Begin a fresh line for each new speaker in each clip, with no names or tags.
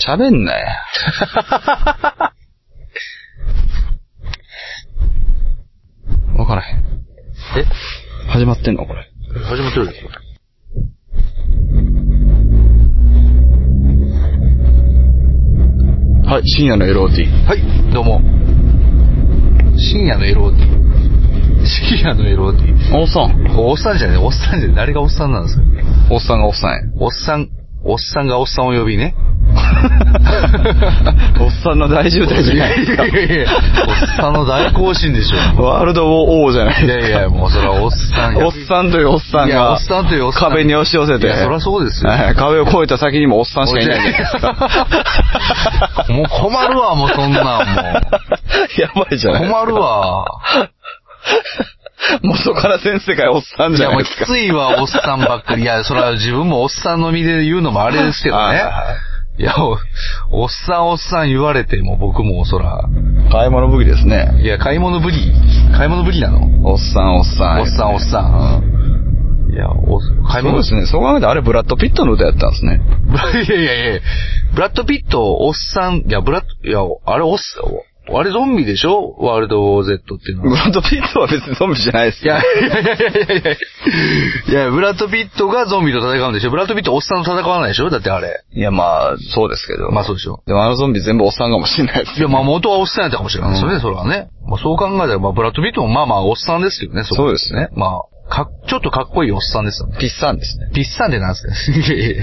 喋ん なよ。わからへん。
え
始まってんのこれ。
始まってるでしょ
はい、深夜の LOT。
はい、どうも。深夜の LOT。深 夜の LOT。
おっさん。
おっさんじゃない、おっさんじゃない、誰がおっさんなんですか
おっさんがおっさんや。
おっさん、おっさんがおっさんを呼びね。
おっさんの大渋滞じゃないです
いやいやいやおっさんの大行進でし
か。
ょ。
ワールド王じゃない
い
です
やいや、もうそれはおっさん
か。
が
おっさんというおっさん
いや
が
おっさんというおっさんが
壁に押し寄せて。
いやそりゃそうですよ
はい壁を越えた先にもおっさんしかいないじゃないですか。
もう困るわ、もうそんなん
やばいじゃ
も
な
う。
いですか
困るわ。
元から全世界おっさん
い
じゃ
や、
な
も
いうで
き
すか。
ついわ、おっさんばっかり。いや、それは自分もおっさんの身で言うのもあれですけど
はい
ね
はいはい。
いや、おおっさんおっさん言われても僕もそら。
買い物武器ですね。
いや、買い物ぶり。買い物ぶりなの
おっさんおっさん。
おっさんおっさん。いや、お
そ
買い
う
物
ですね。そう考えたらあれブラッド・ピットの歌やったんですね。
い やいやいや、ブラッド・ピット、おっさん、いや、ブラッ、いや、あれおっさん、あれゾンビでしょワールド・ウォー・ゼットっていう
ブ
のは。
ラッド・ピットは別にゾンビじゃないです
いや、いやいやいやいやいや。いや、ブラッド・ピットがゾンビと戦うんでしょブラッド・ピットおっさんと戦わないでしょだってあれ。
いや、まあ、そうですけど。
まあそうでしょ。
でもあのゾンビ全部おっさんかもしれないです
いや、まあ元はおっさんやったかもしれないですよね、それはね。まあそう考えたら、まあブラッド・ピットもまあまあおっさんですけどね、こ
そうですね。
まあ、か、ちょっとかっこいいおっさんですよね。
ピッサンですね。
ピッサンでなんですかいやいや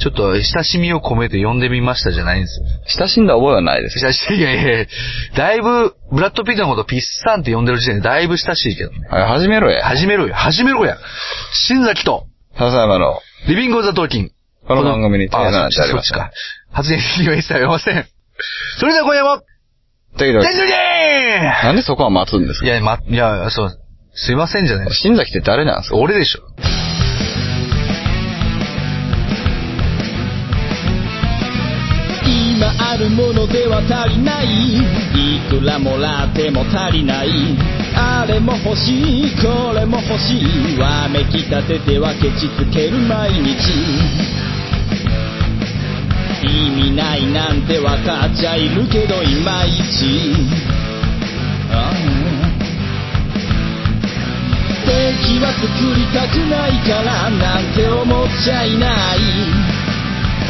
ちょっと親しみを込めて呼んでみましたじゃないんですよ。
親しんだ覚えはないです。
親しい、いやいやいや、だいぶ、ブラッド・ピットのことピッサンって呼んでる時点でだいぶ親しいけどね。
あれ、始めろや。
始めろよ、始めろや。新崎と、
笹山の、
リビング・オブ・ザ・トーキン。
この番組に
あ、
な
そっちか。発言には一切ありません。それでは今夜も、
だけど、
全力ゲー
なんでそこは待つんです
い
か
や、ま、いや、そう、すいませんじゃない
新崎って誰なんですか
俺でしょ。
今あるものでは足りないいくらもらっても足りないあれも欲しいこれも欲しいわめきたててはケチつける毎日意味ないなんてわかっちゃいるけどいまいちああ敵は作りたくないからなんて思っちゃいない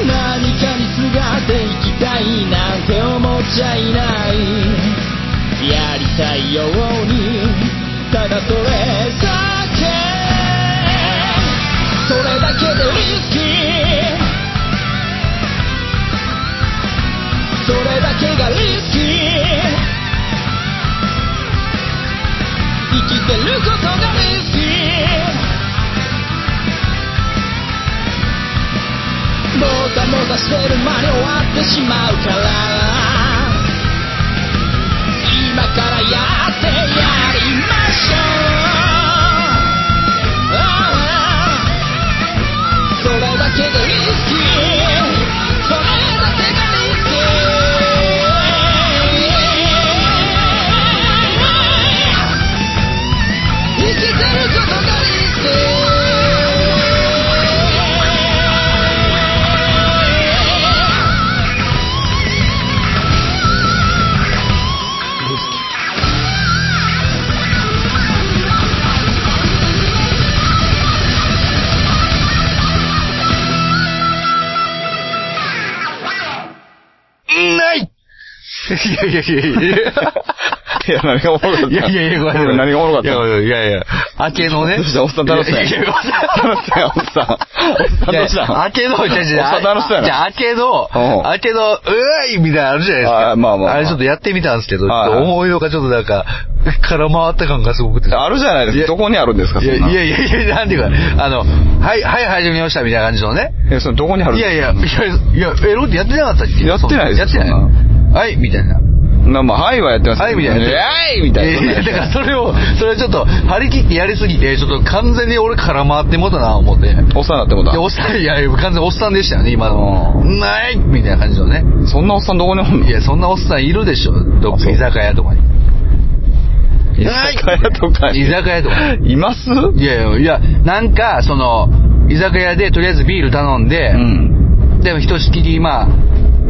何かにすがっていきたいなんて思っちゃいないやりたいようにただそれだけそれだけでリスキーそれだけがリスキー生きてることがリスキーもたもたしてる間に終わってしまうから今からやってやりましょうああそれだけがリスキーそれだけがリスキー生きてることがリスキー
ない いやいやいやいや。
いや、何がおも ろかった
いやいやいや、ごめん
何がおもろかった
いやいやいや、明けのね。
どうしたおっさん楽しそうやん
いやいや
楽しそうやんおっさん。おっさんどうした
いや明けの、じゃあじゃあ
おっさん楽しそうやな
じゃあ明けの、
うん
明けの、うーいみたいなのあるじゃないですか。
あまあまあまあ
れちょっとやってみたんですけど、
はいはい
思いのほかちょっとなんか、空回った感がすごくて。
あるじゃないです
いや
か。どこにあるんですか
い
そ
や
ん
い
な
やいやいや、なんていうか、あの、はい、はい、始めましたみたいな感じのね。
いや、そのどこにあるん
い
です
や
か
いや、いや、いや、エロってやってなかったっけ
やってないです
やってない
そん。
はい、みたいな。
なまあ、はいはやってます
はい、みたいな。
はいみたいな。
いやいや、だからそれを、それをちょっと、張り切ってやりすぎて、ちょっと完全に俺空回ってもうたな、思って。
おっさんだってこと
で、お
だ。
っさん、いや、完全におっさんでしたよね、今の。ないみたいな感じのね。
そんなおっさんどこにおんの
いや、そんなおっさんいるでしょ、どっ
あそ
か
う
居酒屋とかに。
居酒屋とかに
居酒屋とか
います
いやいや、いや、なんか、その、居酒屋でとりあえずビール頼んで、
うん。
でもひとしきり、まあ、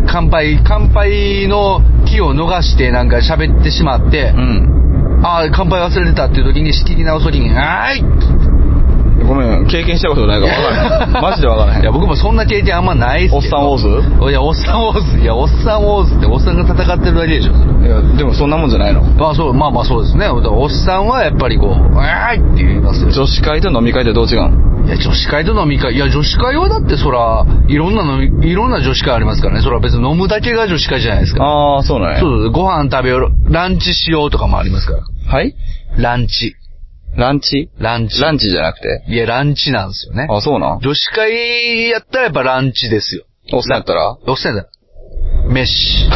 乾杯、乾杯の気を逃してなんか喋ってしまって、
うん。
ああ、乾杯忘れてたっていう時に仕切り直す時に、はーい
ごめん、経験したことないから分から へん。マジで分からへん。
いや、僕もそんな経験あんまないっす
おっ
け
さ
ど
んオー
いや、おっさんウォーズ。いや、おっさんウォーズっておっさんが戦ってるだけでしょ。
ズいや、でもそんなもんじゃないの。
まあそう、まあまあそうですね。だからおっさんはやっぱりこう、あーいって言いますよ。
女子会と飲み会ってどう違うん
いや、女子会と飲み会。いや、女子会はだってそら、いろんな飲み、いろんな女子会ありますからね。そら別に飲むだけが女子会じゃないですか。
ああ、そうなんや。
そうそう、ご飯食べよう、ランチしようとかもありますから。
はい
ランチ。
ランチ
ランチ。
ランチじゃなくて
いや、ランチなんですよね。
あ、そうなん
女子会やったらやっぱランチですよ。
おっさんやったら
おっさんやだ。飯。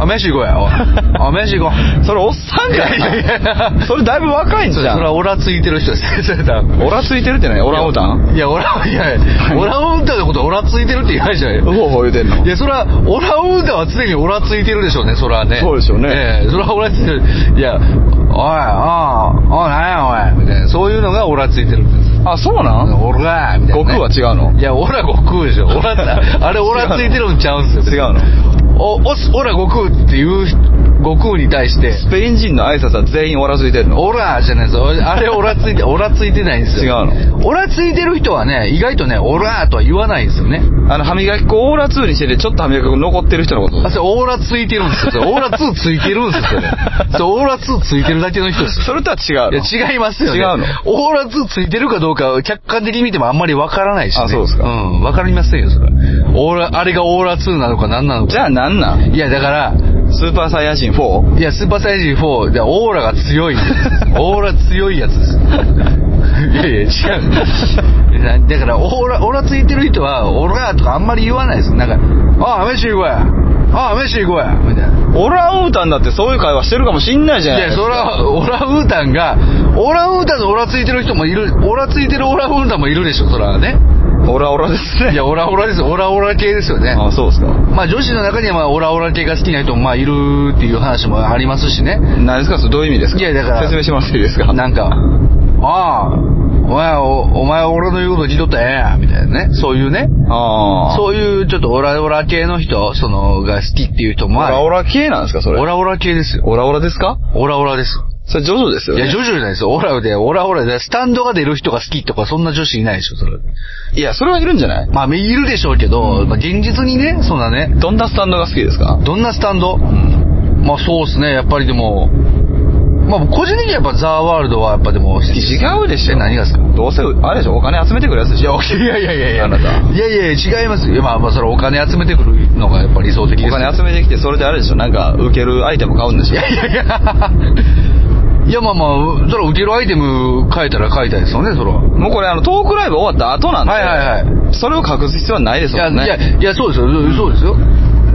あ、飯行こうや、おい。あ、飯行こう。
それおっさんじゃないそれだいぶ若いんじ
それ
ゃん。
はオラついてる人です。それだ
オラついてるってね、オランウータン
いや、オラ、いや、オランウータンのことオラついてるって言わないじゃない
ほうほう言うてんの
いや、そら、オランウータンは常にオラついてるでしょうね、そらね。
そうでしょうね
ええそらオラついてる。いや、おい、ああ、おい、なんや、おい、みたいな。そういうのがオラついてるんです。
あ、そうなん
オラ、みたいな、ね。
悟空は違うの
いや、オラ悟空でしょ。オラ、あれオラついてるんちゃうんすよ。
違うの
お、おす、オラ悟空っていう悟空に対して、
スペイン人の挨拶は全員オラついてるの
オラじゃないですよ。あれオラついて、オ ラついてないんですよ。
違う
の。オラついてる人はね、意外とね、オラーとは言わないんですよね。
あの、歯磨き粉オーラ2にしてて、ちょっと歯磨き粉残ってる人のこと
あ、。それオーラついてるんですよ。それオーラ2ついてるんですよ。そ れそれオーラ2ついてるだけの人ですよ。
それとは違うの
いや、違いますよね。
違うの
オーラ2ついてるかどうか、客観的に見てもあんまりわからないしね。
あそうですか
うん、わかりませんよ、それ。オーラ、あれがオーラ2なのか何なのか。
じゃあなんなん
いや、だから、
スーパーサイヤ人 4?
いや、スーパーサイジ4、いやオーラが強いんです。オーラ強いやつです。いやいや、違う。なだから、オーラ、オーラついてる人は、オラとかあんまり言わないです。なんか、ああ、飯行こうや。ああ、飯行こうや。みたいな。
オランウータンだってそういう会話してるかもしんないじゃ
い
ない
や、
です
そ
か。
ら、オラウータンが、オラウータンのオラついてる人もいる、オラついてるオラウータンもいるでしょ、そらね。
オラオラですね。
いや、オラオラです。オラオラ系ですよね。
あ、そうですか。
まあ、女子の中には、まあ、オラオラ系が好きな人も、まあ、いるっていう話もありますしね。
何ですかそれどういう意味ですか
いやだから
説明してもらっていいですか
なんか、ああ、お前、おお前俺の言うこと聞いとったらええやん、みたいなね。そういうね。
ああ。
そういうちょっとオラオラ系の人、その、が好きっていう人も、
オラオラ系なんですかそれ。
オラオラ系ですよ。
オラオラですか
オラオラです。
それジョジョですよ
い
ね。
や、ジョジョじゃないですよ。オラで、オラオラで、スタンドが出る人が好きとか、そんな女子いないでしょ、それ。
いや、それはいるんじゃない
まあ、いるでしょうけど、まあ、現実にね、そんなね、
どんなスタンドが好きですか
どんなスタンド、まあ、そうですね、やっぱりでも、まあ、個人的にはやっぱザ・ワールドはやっぱでも好きです
違うでし
え
ょ。
何がですか
どうせ、あれでしょ、お金集めてくるやつでしょ。
いやいやいやいや。
あなた
いやいやいや違いますよ。いやまあまあ、それお金集めてくるのがやっぱ理想的です。
お金集めてきて、それであれでしょ、なんか、受けるアイテム買うんでしょ。
いやいやいや。いやまあまあ、それ受けるアイテム変えたら変えたいですよね、それは。
もうこれ、あの、トークライブ終わった後なんで、
はいはいは
それを隠す必要はないです
い
も
や、
んね。
いや、いや、そうですよ。そうですよ。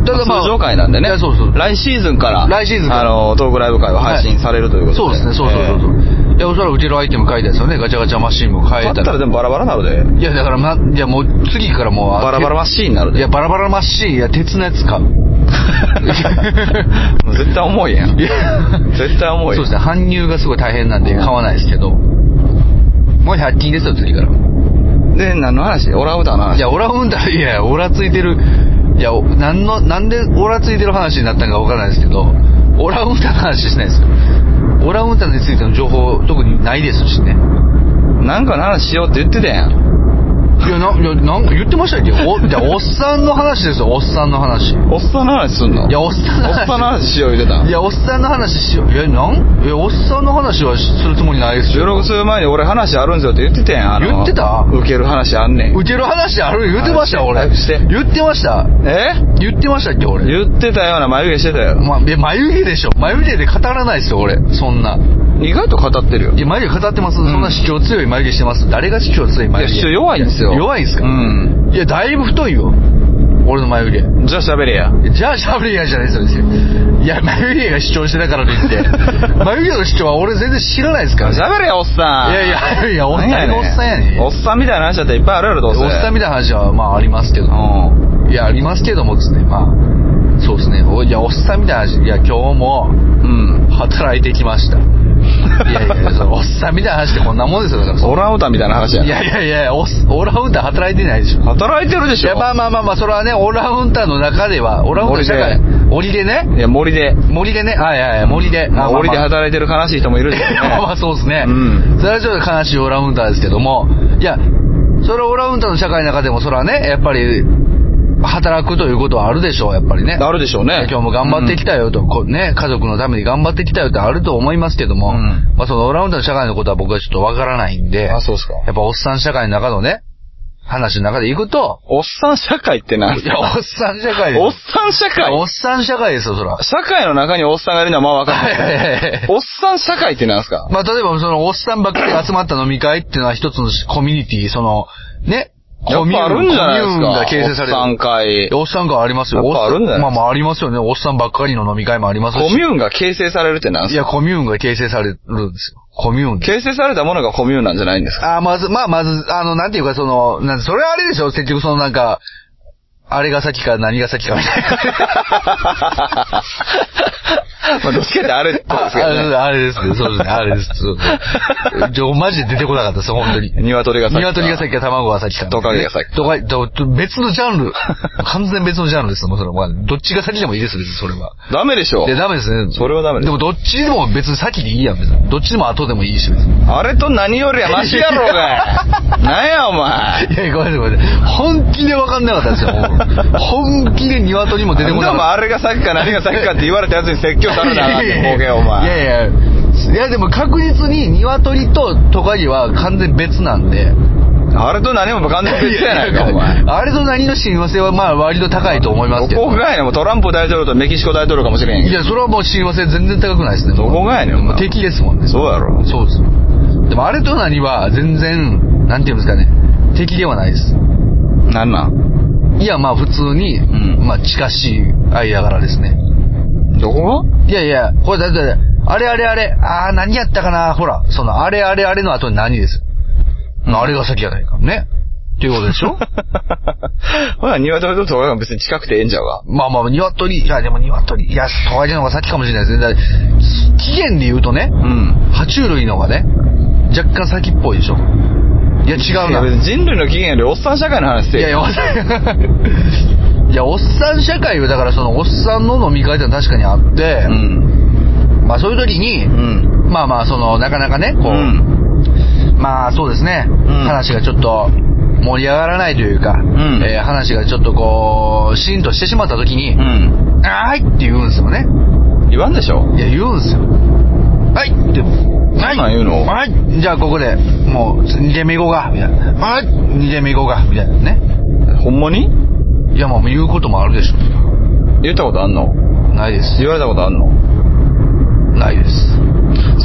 ただまあ。
通常会なんでね。
いや、そうそう。
来シーズンから、
来シーズンから
あの、トークライブ会は配信されるということ
そう
で。
ですね、そうそうそうそう。いや、おそらく受けるアイテム変えたいですよね。ガチャガチャマシンも
えー
変え
買
た
ったら
ら。
でもバラバラなので、
いや、だからま、いやもう次からもう。
バラバラマシーンなの
い
で
や、。バラバラマシン、いや、鉄のや つ買う。
絶対重いやん。
いや
絶対重いや。
そうんですね、搬入がすごい大変なんで買わないですけど。もう100均ですよ、次から。
で、何の話オランウータンの話
いや、オラうんだ、いや、オラついてる。いや、おなんの、なんでオラついてる話になったのかわからないですけど、オラうんだの話しないですよ。オラうんだについての情報、特にないですしね。
なんかの話しようって言ってたやん。
いや、な、いや、なんか言ってましたっけお、 じゃおっさんの話ですよ、おっさんの話。い
おっさんの話すんの
や、おっさんの
おっさんの
話。
話しよう言ってた
いや、おっさんの話しよう。いや、なんいや、おっさんの話はしするつもりないです
収
よ。
録する前に俺話あるんすよって言ってたやん。あの
言ってた
受ける話あんねん。
受ける話ある言ってました、
早
俺。
くして
言ってました。
え
言ってましたっけ、俺。
言ってたような眉毛してたよ。
まあ、いや眉毛でしょ。眉毛で語らないですよ、俺。そんな。
意外と語ってるよ。
いや、眉毛語ってます。そんな主張強い眉毛してます。誰が主張強い
い
眉
や、
毛
主張弱いんですよ。
弱いんすか
うん。
いや、だいぶ太いよ。俺の眉毛。
じゃあ喋れや。
じゃあ喋りやじゃないですよ別に。いや、眉毛が主張してたからといって。 眉毛の主張は俺全然知らないですからね。
喋れや、おっさん。
いやいや、いや、おっさん
何やね
おっさんやね
おっさんみたいな話だっていっぱいあるやろ、どうせ。
おっさ
み
んみたいな話はまあありますけど。
たいな。うん。
いや、ありますけどもですね、まあ。そうですねおいやおっさんみたいな話いや今日も
うん。
働いてきましたいやいやいやそのおっさんみたいな話ってこ んなもんですよだからそ
オランウータンみたいな話や
いやいやいやおっオランウータン働いてないでしょ
働いてるで
い
しょ。
やまあまあまあまあそれはねオランウータンの中ではオランウータン社会森でね
いや、森で。
森でねはいはいはい森で、
まあ、森で
い
働いてる悲しい人もいるでしょうね。
まあまあそうですね、
うん
それはちょっと悲しいオランウータンですけどもいやそれはオランウータンの社会の中でもそれはねやっぱり働くということはあるでしょうやっぱりね
あるでしょうね。
今日も頑張ってきたよと、こうね、家族のために頑張ってきたよってあると思いますけども、
うん
まあそのオランウータンの社会のことは僕はちょっとわからないんで、
あ、そうですか。
やっぱおっさん社会の中のね、話の中でいくと、
おっさん社会ってなん
いや、おっさん社会です。
おっさん社会
おっさん社会ですよ、そら。
社会の中におっさんがいるのはまあわかる。
ま
おっさん社会ってなんすか
あ、例えば、その、おっさんばっかり集まった飲み会っていうのは一つのコミュニティ、その、ね、
や
コ
っ
ミュ
ぱあるんじゃないですか
コミューンが形成される。
おっさん会。
おっさん感ありますよ。
やっぱあるんじゃないですか
おっさまあまあありますよね。おっさんばっかりの飲み会もありますし。
コミューンが形成されるってなん
い
すか
や、コミューンが形成されるんですよ。コミューン。
形成されたものがコミューンなんじゃないん ですか
あーまず、まあ、まず、あの、なんていうか、その、なんそれはあれでしょ結局そのなんか、あれが先か何が先かみたいな。
まあ、どっちかってあれってことですけどね。
ああれですね、そうですね、あれです。そう ですねちょマジで出てこなかったです、本当に。
鶏が先か
鶏が先か卵が先か。
トカゲが先か
トカゲとと別のジャン ル。完全別のジャンルです、もうそれは。まあどっちが先でもいいです、別にそれは。
ダメでしょ
で、ダメですね。
それはダメです
でもどっちでも別に先でいいやん、別に。どっちでも後でもいいし、別に。
あれと何よりはマシやろうが いなんやお前
いや、ごめんなさい、ごめんなさい。本気で分かんなかったですよもう。本気で鶏も出てこ
なん
なかっ
も
た。
あれが先か何が先かって言われたやつに説教されなあかんってボケお
いや
前
いやいや、いやでも確実に鶏とトカゲは完全別なんで。
あれと何も完全に別やないかお前
あれと何の親和性はまあ割と高いと思いますけ
ど
ど
こ。がやねんもうトランプ大統領とメキシコ大統領かもしれへん
い
けど
や、それはもう親和性全然高くないですね。
どこがやねんお
もう
前
敵ですもんね。
そうやろ
そうです。でもあれと何は全然、なんていうんですかね、敵ではないです。
なんなん
いや、まあ普通に、
ん
まあ近しい間柄ですね。
どこが
いやいや、これだって、あれあれあれ、あー何やったかな、ほら、その、あれあれあれの後に何です。あれが先やないか。ね。っていうことでし ょ
ほら、鶏とトカゲが別に近くてええんちゃうか。
まあまあ、鶏、いやでも鶏、いや、トワイの方が先かもしれないですねだから。期限で言うとね、
ん。
爬虫類の方がね、若干先っぽいでしょ。いや、違うな。
別に人類の起源よりおっさん社会の話せ
い
え
やいや、
よ
わかんないいや、おっさん社会は、だからその、おっさんの飲み会ってのは確かにあって、
うん。
まあそういう時に、
うん。
まあまあ、その、なかなかね、こう、
ん。
まあそうですね、
ん
話がちょっと盛り上がらないというか、
ん
えー話がちょっとこう、シーンとしてしまった時に、
うん。
あーはいって言うんですよね。
言わんでしょ
いや、言うんですよ。はいって、は
そんなん言うの
はいじゃあここで、もう、2軒目行こうか、みたいな。はい !2 軒目行こうか、みたいなね。
ほんまに
いや、もう言うこともあるでしょ。
言ったことあんの
ないです。
言われたことあんの
ないです。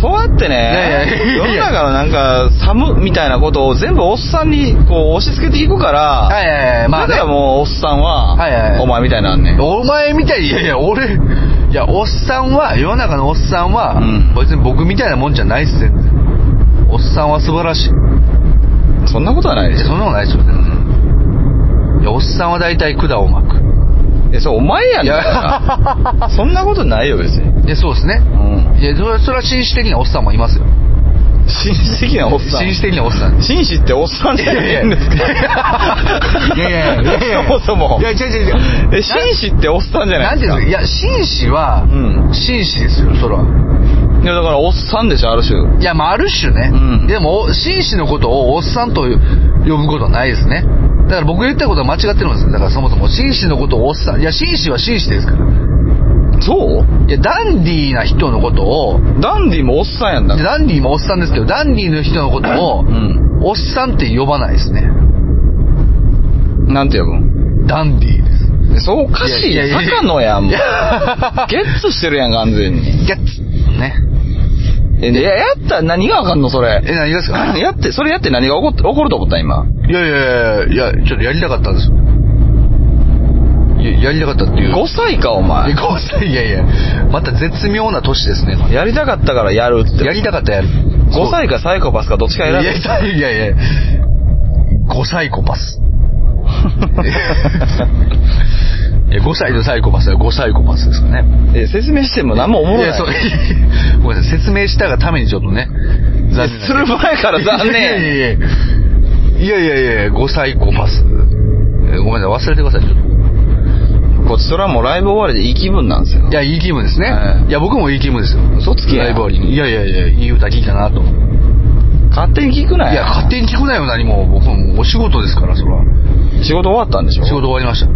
そうやって
やい
ね
やい、
世
や
の
いや
中のなんか、寒みたいなことを全部おっさんにこう押し付けていくから、
はいはいはい、まあ、
だ
ね
から、もうおっさんは、
はいはいはい
お前みたいになんねん。
お前みたい、いやいや、俺、いや、おっさんは、世の中のおっさんは、
うん
別に僕みたいなもんじゃないっすね。おっさんは素晴らしい。
そんなことはない
い
でし
や、そんなことないっすよ。いや、おっさんは大体管を巻く。
ょ。え、そう、お前やん
い
だか
や
ら。、 そんなことないよ、別に。
いやそうですね。
うん。
いや、それは、それは紳士的なおっさんもいますよ。
紳士的なおっさん。
紳士的なおっさん。
紳士っておっさんじゃないんですか
いやいやいやいや
そもそも。
いや、違う違う違う。
え、紳士っておっさんじゃ
な
ない
ん
で
てい
す
うん
か
ですか、いや、紳士は、
うん
紳士ですよ、それは。
いや、だからおっさんでしょ、ある種。
いや、まあ、ある種ね。
うん
でも、お紳士のことをおっさんと呼ぶことはないですね。だから僕が言ったことは間違ってるんですよ。だからそもそも、紳士のことをおっさん。いや、紳士は紳士ですから。
そう
いや、ダンディーな人のことを、
ダンディもおっさんやんだから。
ダンディーもおっさんですけど、ダンディーの人のことを
う、ん。
おっさんって呼ばないですね。
なんて呼ぶん
ダンディー です。
そうおかしい
いやいやいや
坂野やんもう
いや
ゲッツしてるやん完全に
ゲッツね。
えいややったら何がわかんのそれ
え、何がですか
やってそれやって何が起こっ起こると思った今
いやいやいやいや、ちょっとやりたかったんですよ。いや、やりたかったっていう。
5歳かお前
え5歳 いやいや、また絶妙な年ですね。
やりたかったからやるって
やりたかったやる。
5歳かサイコパスかどっちか
い
選
や
べ
いやいやいや、5歳コパス。いや、5 5歳のサイコパスは5サイコパスですかね。
え説明しても何もおもろない
やそう ごめんなさい、説明したがためにちょっとね、残念な
する前から残念
いやいやいや いやいやいや、5サイコパス。えーごめんなさい、忘れてください、ちょっと。
こっちとらもうライブ終わりでいい気分なんですよ
いや、いい気分ですね。
はい
い、や、僕もいい気分ですよ。
嘘つけや
ライブ終わりにいやいやいや、いい歌聴いたなと。い
勝手に聞くなよ
や、勝手に聞くなよ、何も。僕もお仕事ですから、そら。
仕事終わったんでしょ
仕事終わりました。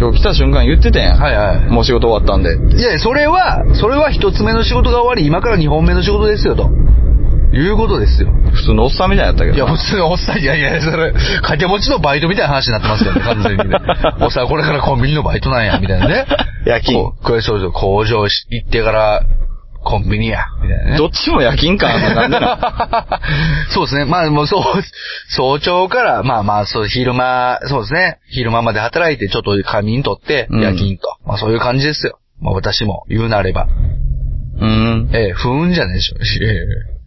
今日来た瞬間言ってたやん
はいはい
もう仕事終わったんで
いや、それは、それは一つ目の仕事が終わり、今から二本目の仕事ですよ、と。いうことですよ。
普通のおっさんみたいだったけど
いや、普通のおっさん、いやいや、それ、掛け持ちのバイトみたいな話になってますよね、完全にね。 おっさん、これからコンビニのバイトなんや、みたいなね。
夜勤
こうこれそうそう、工場し行ってから、コンビニや、みたいなね。
どっちも夜勤感あんのなんでな
そうですね。まあ、もう、そう、早朝から、まあまあ、そう、昼間、そうですね。昼間まで働いて、ちょっと仮眠取って、
うん
夜勤と。まあ、そういう感じですよ。まあ、私も、言うなれば。
うん
ええ、不運じゃないでしょ。ええ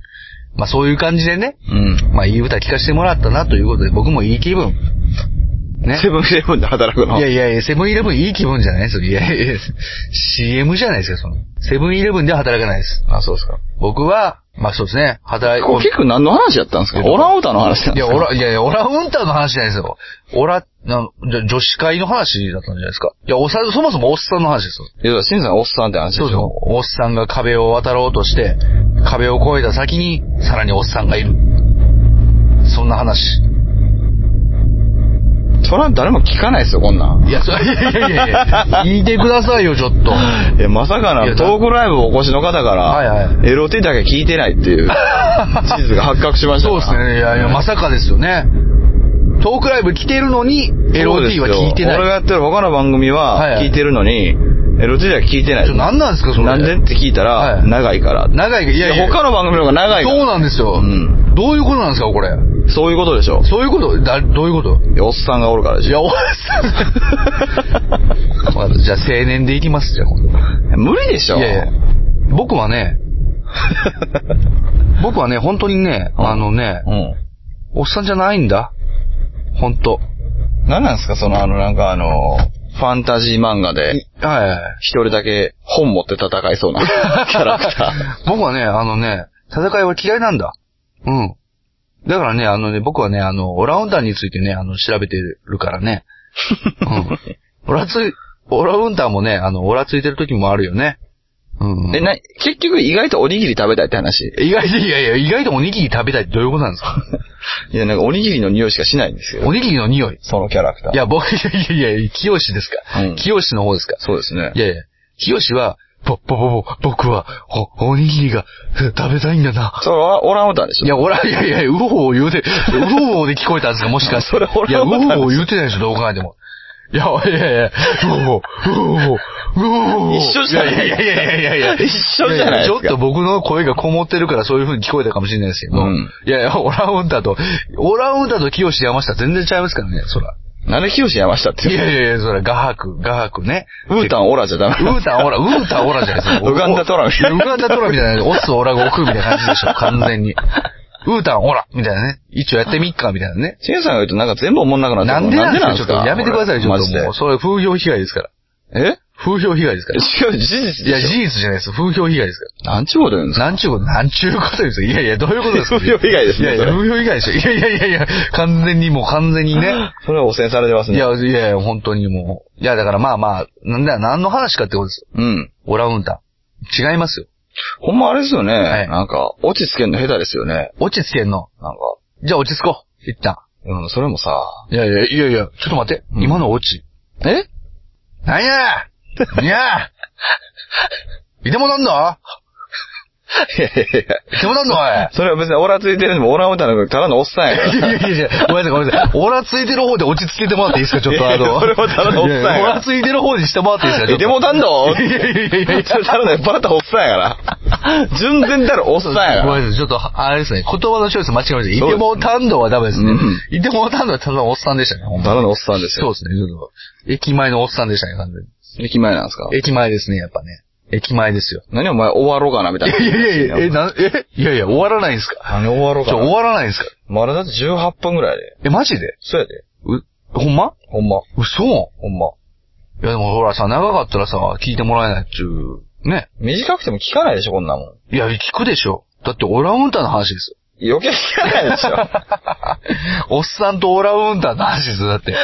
まあ、そういう感じでね。
うん
まあ、いい歌聞かせてもらったな、ということで、僕もいい気分。ね。
セブンイレブンで働くの
いやいやいや、セブンイレブンいい気分じゃないですよ。いやいやいや CM じゃないですか、その。セブンイレブンでは働かないです。
あそうですか
僕は、まあそうですね、働い
結局何の話やったんですかオランウータンの話なんで
い
す
や、
か
オラ、いやいや、オラウンタンの話じゃないですよ。オラ、なんじゃ女子会の話だったんじゃないですか。いや、おさ、そもそもおっさんの話ですよ。
いや、シンさんおっさんって話でし
そうそう
ょ。
おっさんが壁を渡ろうとして、壁を越えた先に、さらにおっさんがいる。そんな話。
そら誰も聞かないですよ、こんなん。
いや、そ、いやいやいやいや、聞いてくださいよ、ちょっ と。
え、まさか
いや
な、
だ
トークライブをお越しの方から、
はいは
LT だけ聞いてないって いう事実が発覚しました
そ
か
う
ら
ですね。いやいや、まさかですよね。トークライブ来てるのに、
そうです
LOT
よ
は聞いてない。
俺がやってる他の番組
はい
は
はい
聞いてるのに、LT だけ聞いてない。
ちょ何なんですか、それ。
なんでって聞いたら、
はい
長いから。
長いけど、いやいや。
他の番組の方が長いか
そ
ら。
うなんです
う
よ。
ん
どういうことなんですか、これ。
そういうことでしょ。
そういうことだ、どういうこと
いやおっさんがおるからで
い
し
や、
ょ。
おっさん。まあじゃあ、青年でいきます、じゃあ、今度
無理でしょ。
いやいや。僕はね、僕はね、本当にね、
うん
あのね、
うん。
おっさんじゃないんだ。本当。
何なんですかその、あの、なんかあの、ファンタジー漫画で、
はい。
一人だけ本持って戦いそうな キャラクタ
僕はね、あのね、戦いは嫌いなんだ。うん。だからね、あのね、僕はね、あの、オラウンタンについてね、あの、調べてるからね。うん。オラつい、オラウンタンもね、あの、オラついてる時もあるよね。うん、
ー。え、な、結局意外とおにぎり食べたいって話。
意外と、いやいや、意外とおにぎり食べたいってどういうことなんですか
いや、なんかおにぎりの匂いしかしないんですよ。
おにぎりの匂い。
そのキャラクター。
い、や、僕、いやいやいや、清志ですか。
うん
清志の方ですか。
そうですね
い。やいや、清志は、ぼ、ぼ、ぼ、ぼ、僕は、お、おにぎりがふ食べたいんだな。
それはオランウータンでしょ
いや、俺は、いやいや、ウホを言うて、ウホーで聞こえたんですか、もしかし て。
それ俺
いや、ウ
の
ホ
ことなんです
ー言うてないでしょ、どう考えても。いや、いやいや、ウホー、ウホー、ウホー。
一緒じゃない
いやいやいやいやいや。
一緒じゃないですか
ややちょっと僕の声がこもってるからそういう風に聞こえたかもしれないですけど。
うん
いやいや、オランウンタンと、オランウンタンと清志山下全然違いますからね、そら。
なんで清志山下って
い
いう
やいやいや、そら、画伯、画伯ね。
ウータンオラじゃダメ。
ウータンオラ、ウータンオラじゃないですか。
ウガンダトラみたいな
ウガンダトラみたいな、オスオラが置くみたいな感じでしょ、完全に。ウータンオラみたいなね。一応やってみっか、みたいなね。
シンさんが言うとなんか全部おもんなくなっちゃ
な
うん
でなんですかちょ
す
っとやめてください、ちょっ
マ
と
ジで
もう。。それ風評被害ですから。
え
風評被害ですから。
違う、事実
いや、
で
事
し
実じゃないです。風評被害ですか。
ょ。なんちゅうこと言うんですから
なんちゅうこと、なんちゅうことですよ。いやいや、どういうことですか
風評被害ですね
いやいや、
それ
風評被害でしょ。いやいやいやいや、完全にもう完全にね。
それは汚染されてます
い
ね。
や、いやいや、本当にもう。いや、だからまあまあ、なんだよ、何の話かってことですよ。
うん。
オラウンタン。違いますよ。
ほんまあれですよね。
はい
なんか、落ち着けんの下手ですよね。
落ち着けんの。
なんか、
じゃあ落ち着こう。一旦。
うん、それもさ、
いやいや、いやいや、ちょっと待って。
うん
今の落ち。
え
なんやにゃ ーいてもなんだ
いやいやいや。
いてもなんだ
それは別にオラついてるのもオランウータンのただのおっさんや
おいいやいやいやいや、ごめんなさいごめんなさい。オラついてる方で落ち着けてもらっていいですかちょっとあ
いや
の。
それはただのおっさんや
いやいやオラついてる方にしてもらっていいですかちょ
え、
っと
でもだんの
いやいやいやいや
それただのバラたおっさんやから。 純然たるおっさんやか
ごめ
ら。
んなさい、ちょっと、あれですね、言葉のチョイス間違えました。
そう
イテモタンドはダメですね
うん。
イテモタンドはただのおっさんでしたね、ほん
た
ま
だのおっさんです
そう
よ。
ですね、ちょっと。駅前のおっさんでしたね、完全に。
駅前なんですか
駅前ですね、やっぱね。駅前ですよ。
何お前終わろうかなみたい
い
な。
やいやいや、え、な、え、いやいや、終わらないんですか
何終わろう
ち
か
ょ、終
な。
わらないんですか
まだだって18分ぐらいで。
え、マジで
そうやで。
う、ほんま
ほんま。
嘘
ほんま。
えいやでもほらさ、長かったらさ、聞いてもらえないっていう、ね。
短くても聞かないでしょ、こんなもん。
いや、聞くでしょ。だってオラウンタンの話 ですよ。
余計聞かないでしょ。
おっさんとオラウンタンの話ですよ、だって。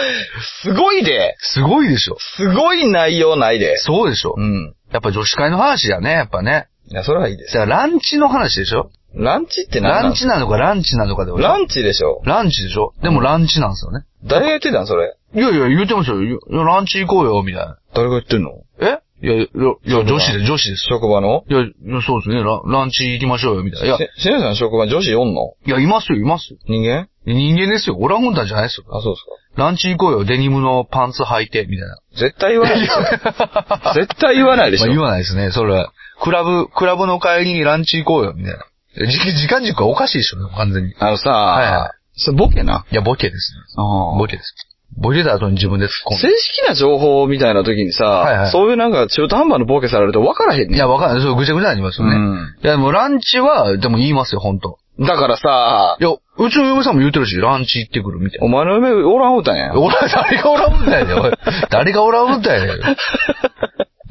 すごいで、
すごいでしょ。
すごい内容ないで。
そうでしょ。
うん。
やっぱ女子会の話だね、やっぱね。
いや、それはいいで
だ
す。
からランチの話でしょ
ランチって何な
ラ
の
ンチなのかランチなのかでも
ランチでしょ。
ランチでしょでもランチなんですよね。
誰が言ってたんそれ。
いやいや、言うてますよ。いやランチ行こうよ、みたいな。
誰が言ってんの
えいや、いや、いや女子で、女子ですよ。
職場の
いや、いやそうですねラ。ランチ行きましょうよ、みたいな。いや、
し、しねさん職場に女子おんの
いや、いますよ、いますよ。
人間
人間ですよ。オランウータンじゃないですよ。
あ、そうですか。
ランチ行こうよ、デニムのパンツ履いて、みたいな。
絶対言わないでしょ。絶対言わないでし
ま
ょ。
あ言わないですね、それは。クラブ、クラブの帰りにランチ行こうよ、みたいな。じ時間軸はおかしいでしょ、完全に。い
あのさ、
はいはい
それボケな。
や、ボケですね。ボケです。ボケた後に自分で突っ込んで
正式な情報みたいな時にさ、
はいはい
そういうなんか中途半端なボケされると分からへん
い
ね
や、わかんない。そう、ぐちゃぐちゃになりますよね。
うん
いや、でもランチは、でも言いますよ、ほんと。
ん。だからさ
い、や、うちの嫁さんも言うてるし、ランチ行ってくる、みたい
お
な。
前の夢おらんおたんや。
俺は誰がオランウータンやねんおい、誰がオランウータンやねん。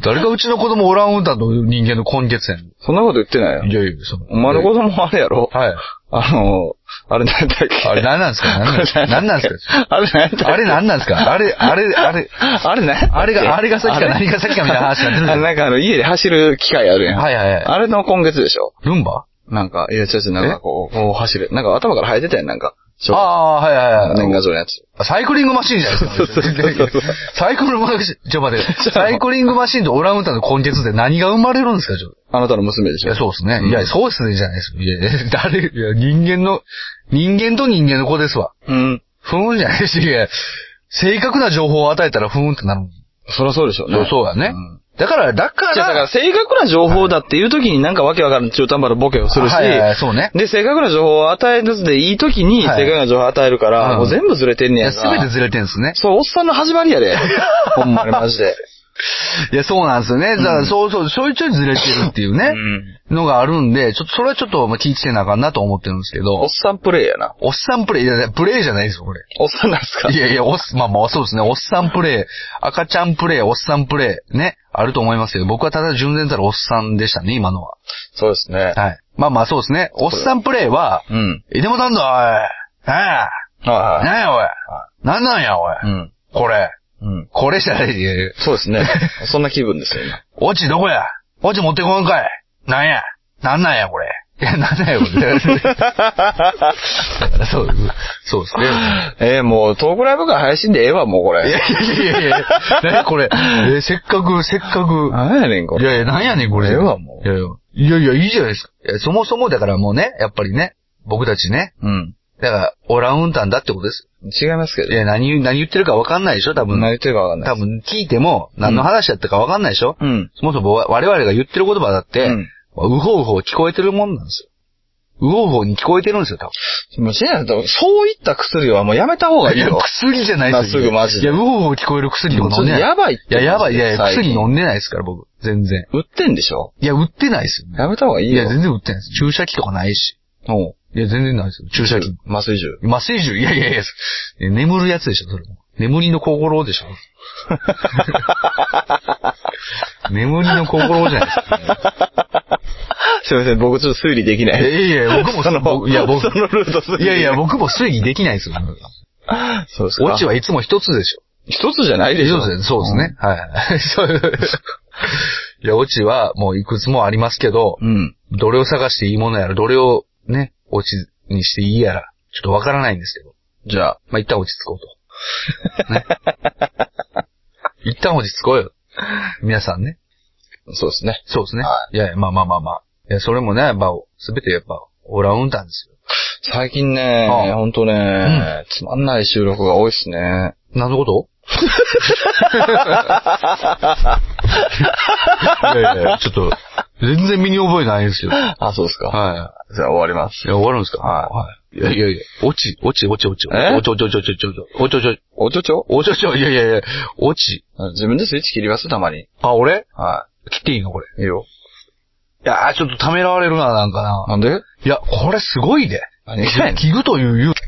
誰がうちの子供オランウータンと人間の根血やね
そんなこと言ってない
ん。
よ。
いやいや、その。
お前の子供あれやろ
はい。
あの、あれなんだっけ
あれ何なんですか何なんですか何なんですか
あれなんだっけ
あれ何なんですかあれ、あれ、あれ。
あれね。
あれが、あれが先か何が先かみたいな話になってるじゃ
あ
ん
なんかあの、家で走る機械あるやん。
はいはいは
あれの今月でしょ
い。ルンバ
なんか、いや、ちょちょ、なんかこう、こう走る。なんか頭から生えてたやん、なんか。
あ
あ
あ、はいはいはい。
年賀状のやつ。
サイクリングマシーンじゃないですか。サイクリングマシーン、ちょ、待って、サイクリングマシーンとオランウータンの根血で何が生まれるんですか、ちょ。
あなたの娘で
い
しょ
や、そうですね。いや、そうですね、じゃないですよ。いやいや、誰、いや、人間の、人間と人間の子ですわ。
うん。
ふーんじゃないし、いや、正確な情報を与えたらふーんってなる。
そりゃそうでしょうね。
そう、そうだね
ん。
だから、だか
じゃあだから
ら、
正確な情報だっていう時になんかわけわからん中途半端なボケをするし、
はいはいはいそうね
で、正確な情報を与えずでいい時に正
はい
確な情報を与えるから、
うん
もう全部ずれてんねやん
すべてずれてるんですね。
そう、おっさんの始まりやで。 ほんまにマジで。
いや、そうなんですよね。だから、そうそう、ちょいちょいずれてるっていうね、のがあるんで、ちょっと、それはちょっと、まあ、気ぃつけなあかんなと思ってるんですけ
おっ
ど、
さんプレイやな。
おっさんプレイ、いやいや、プレイじゃないですよ、これ。
おっさんなんすか
いやいや、おっす、まあまあ、そうですね。おっさんプレイ、赤ちゃんプレイ、おっさんプレイ、ね、あると思いますけど、僕はただ純然たるおっさんでしたね、今のは。
そうですね。
はい。まあまあ、そうですね。おっさんプレイは、
うん。
いでもなんだ、おい。なあ、
は
なんや、おい。なんなんや、おい。
いはい。うん。
これ。
うん。
これじゃないいやいや。
そうですね。 そんな気分ですよ、今。
オチどこやオチ持ってこんかいなんやなんなんや、これ。いや、なんなんや、これ。 そう、そうですね。
え ー、もう、トークライブが配信でええわ、もうこれ。
いやいやいやいや、何これ。えーせっかく、せっかく。
なんやねん、こ
い
れ。
やいや、なんやねん、これ。
ええわもう
いやいや、いやいや、いいじゃないですか。いやそもそもだからもうね、やっぱりね、僕たちね、
うん。
だから、オランウータンだってことです。
違いますけ
い
ど。
や、何、何言ってるかわかんないでしょ、多分。
何言ってるかわかんない
多。分、聞いても、何の話だったかわかんないでしょ、
うん。
そもそもわ我々が言ってる言葉だって、
うん
うほうほう聞こえてるもんなんですよ。うほうほうに聞こえてるんですよ、多分。
もう、シェアと、そういった薬はもうやめた方がいいよ。
薬じゃないですよ。
まっすぐマジで
いや、うほうほう聞こえる薬とか飲んでない。
やばいっ
い
て
や、やばい。いやいや、
最
薬
近
飲んでないですから、僕。全然。
売ってんでしょ
いや、売ってないですよ、ね。
やめた方がいい
い
よ。
や、全然売ってないです。注射器とかないし。
おう
いや、全然ないですよ。注射器。
麻酔銃。
麻酔銃いやいやいや、え眠るやつでしょ、それも。眠りの心でしょ。 眠りの心じゃないですか、
すいません、僕ちょっと推理できないい。
やいや、僕も、
その、
僕いや、僕
そ、のルート推理。
いやいや、、僕も推理できないですよ。
そうですか。
オチはいつも一つでしょ。
一つじゃないでしょ。
そうですね。そうですね。はい。 そういや、オチはもういくつもありますけど、
うん。
どれを探していいものやら、どれをね、オチにしていいやら、ちょっとわからないんですけど。
じゃあ、
まあ、一旦落ち着こうと。ね。一旦落ち着こうよ。皆さんね。
そうですね。
そうですね。、
はい
やいや、まあまあまあまあ。いや、それもね、やっぱ、すべてやっぱ、オランウータンですよ。
最近ね、
ああ
ほんとね、
ん
つまんない収録が多いっすね。
何のこといやいや、ちょっと、全然身に覚えないですよ。はい。
あ、そうですか。
い
じゃあ終わります。
や、終わるんですかはい。いやいやいや、落ち、落ち、落ち、落ち。
え
おちょちょちょちょちょちょ。おちょちょ、
おちょちょ
おちょちょ、いやいやいや、落ち。
自分でスイッチ切りますたまに。
あ、俺
は
切っていいのこれ。
い。いいよ。
いやー、ちょっとためらわれるな、なんかな。
なんで
いや、これすごいで。
何がやねん
器具という勇気。